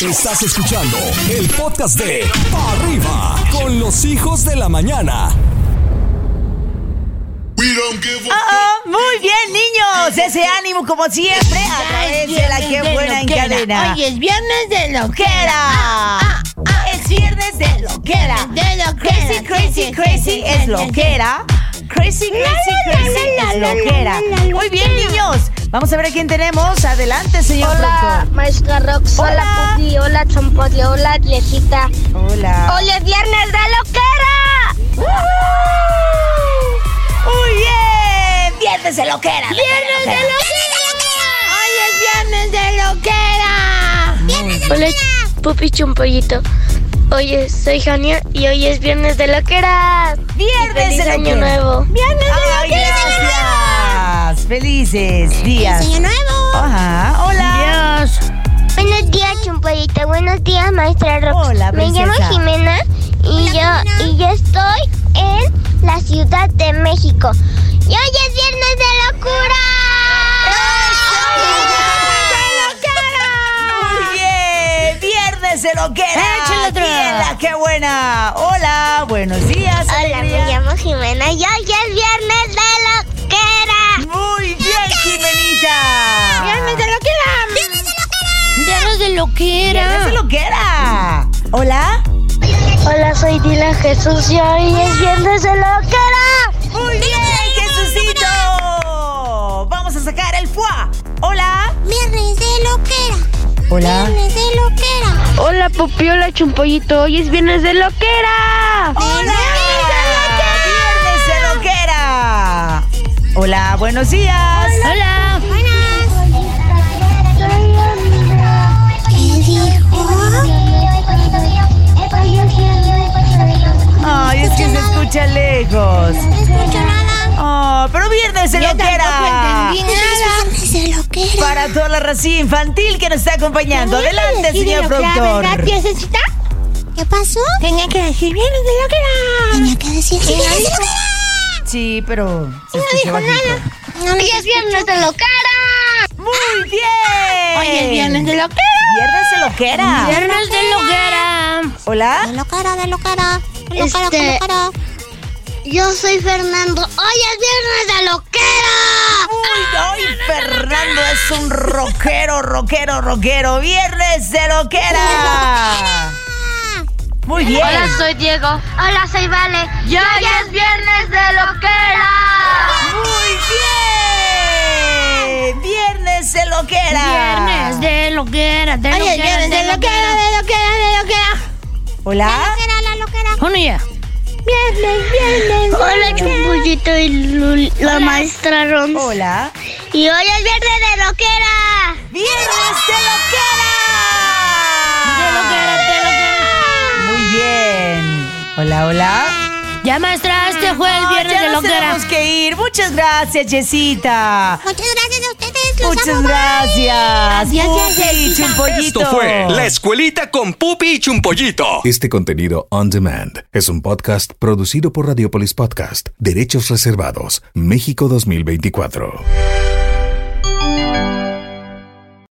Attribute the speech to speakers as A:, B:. A: Estás escuchando el podcast de Pa' Arriba con los hijos de la mañana.
B: Oh, muy bien, niños. Ese ánimo, como siempre, a través de la que buena en cadena.
C: Hoy es viernes de
B: Loquera.
C: loquera.
B: Es viernes de loquera.
C: De loquera.
B: Crazy, crazy, crazy es loquera. Crazy, crazy,
C: la,
B: crazy
C: la,
B: es
C: la, la,
B: loquera.
C: la, la, la,
B: Muy bien, niños. Vamos a ver a quién tenemos. Adelante, señor
D: Hola, maestra Rox. Hola,
B: Hola.
D: Puti. Hola, Chompodio. Hola, Diejita.
B: productor.
E: Ah.
B: Hola.
D: Hoy es viernes de loquera.
C: Oh.
B: Muy bien. Viernes de loquera.
C: Viernes de loquera. Hoy es viernes de loquera.
E: Hola, Pupi Chumpollito. Oye, soy Jania y hoy es viernes de loquera.
B: Viernes
E: Feliz
B: de
E: año
B: loquera.
E: nuevo.
B: Ay, gracias. Felices días.
C: nuevo.
B: Ajá. Hola.
C: Dios.
E: Buenos días, Chumpollito. Buenos días, maestra Rox.
B: Hola,
E: Me llamo
B: princesa.
E: Jimena y yo y yo estoy en la Ciudad de México. Y hoy es viernes de locura.
B: Muy bien. Viernes de loquera.
C: Échale otra.
B: Bien, qué buena. Hola. Buenos días.
E: Hola,
B: alegría.
E: me llamo Jimena y hoy es viernes de loquera.
B: Muy bien, Jimenita.
C: Viernes de loquera. Viernes de
B: Viernes de
C: loquera.
B: loquera. Hola.
E: Hola, soy Dylan Jesús y hoy es viernes de loquera.
B: Muy bien, Jesucito. Vamos a sacar el fuá. Hola.
C: Viernes de loquera.
B: Hola.
C: de loquera.
E: Hola, Pupi, hola, Chumpollito. Hoy es viernes de loquera.
B: Hola. Viernes de loquera. Hola, buenos días.
C: Hola.
B: Ay, es que se escucha lejos. Oh, pero viernes de loquera. Para toda la racía infantil que nos está acompañando. Adelante, señor productor.
C: piececita?
F: ¿Qué pasó?
C: Tenía que decir viernes de loquera.
F: Tenía que decir que era algo.
B: Sí, pero se escucha bajito.
E: Hoy es viernes de loquera.
F: Ah.
B: Muy bien.
C: Hoy es viernes de loquera.
B: Viernes de loquera.
C: Viernes de loquera.
B: Hola.
F: De lo cara, de lo cara. De lo cara,
E: Este-
F: de lo cara.
E: Yo soy Fernando. Hoy es viernes de
F: Ah,
E: loquera.
B: Uy, ay, Fernando es un rockero, rockero, rockero. Viernes de loquera. Muy bien.
E: soy Diego. Hola, soy Vale. Y hoy es viernes de loquera.
B: Muy bien. Viernes de loquera.
C: Viernes de loquera, de
F: Hoy es viernes de loquera, de loquera, de loquera.
B: Hola.
F: Era la loquera.
C: Bueno, ya.
E: Hola, Chumpollito y Lul- la maestra Ron.
B: Hola.
E: Y hoy es viernes de loquera.
B: Viernes de loquera. Muy bien. Hola, hola.
C: Ya maestra, este fue el viernes
B: ya
C: de
B: nos
C: loquera.
B: tenemos que ir. Muchas gracias, Jessita.
F: Muchas gracias a ustedes. Los
B: Muchas
F: amo.
B: gracias.
C: Gracias,
B: Pupi,
C: Jessita.
B: Chumpollito.
A: Esto fue La Escuelita con Pupi y Chumpollito.
G: Este contenido on demand es un podcast producido por Radiopolis Podcast, Derechos Reservados, México 2024.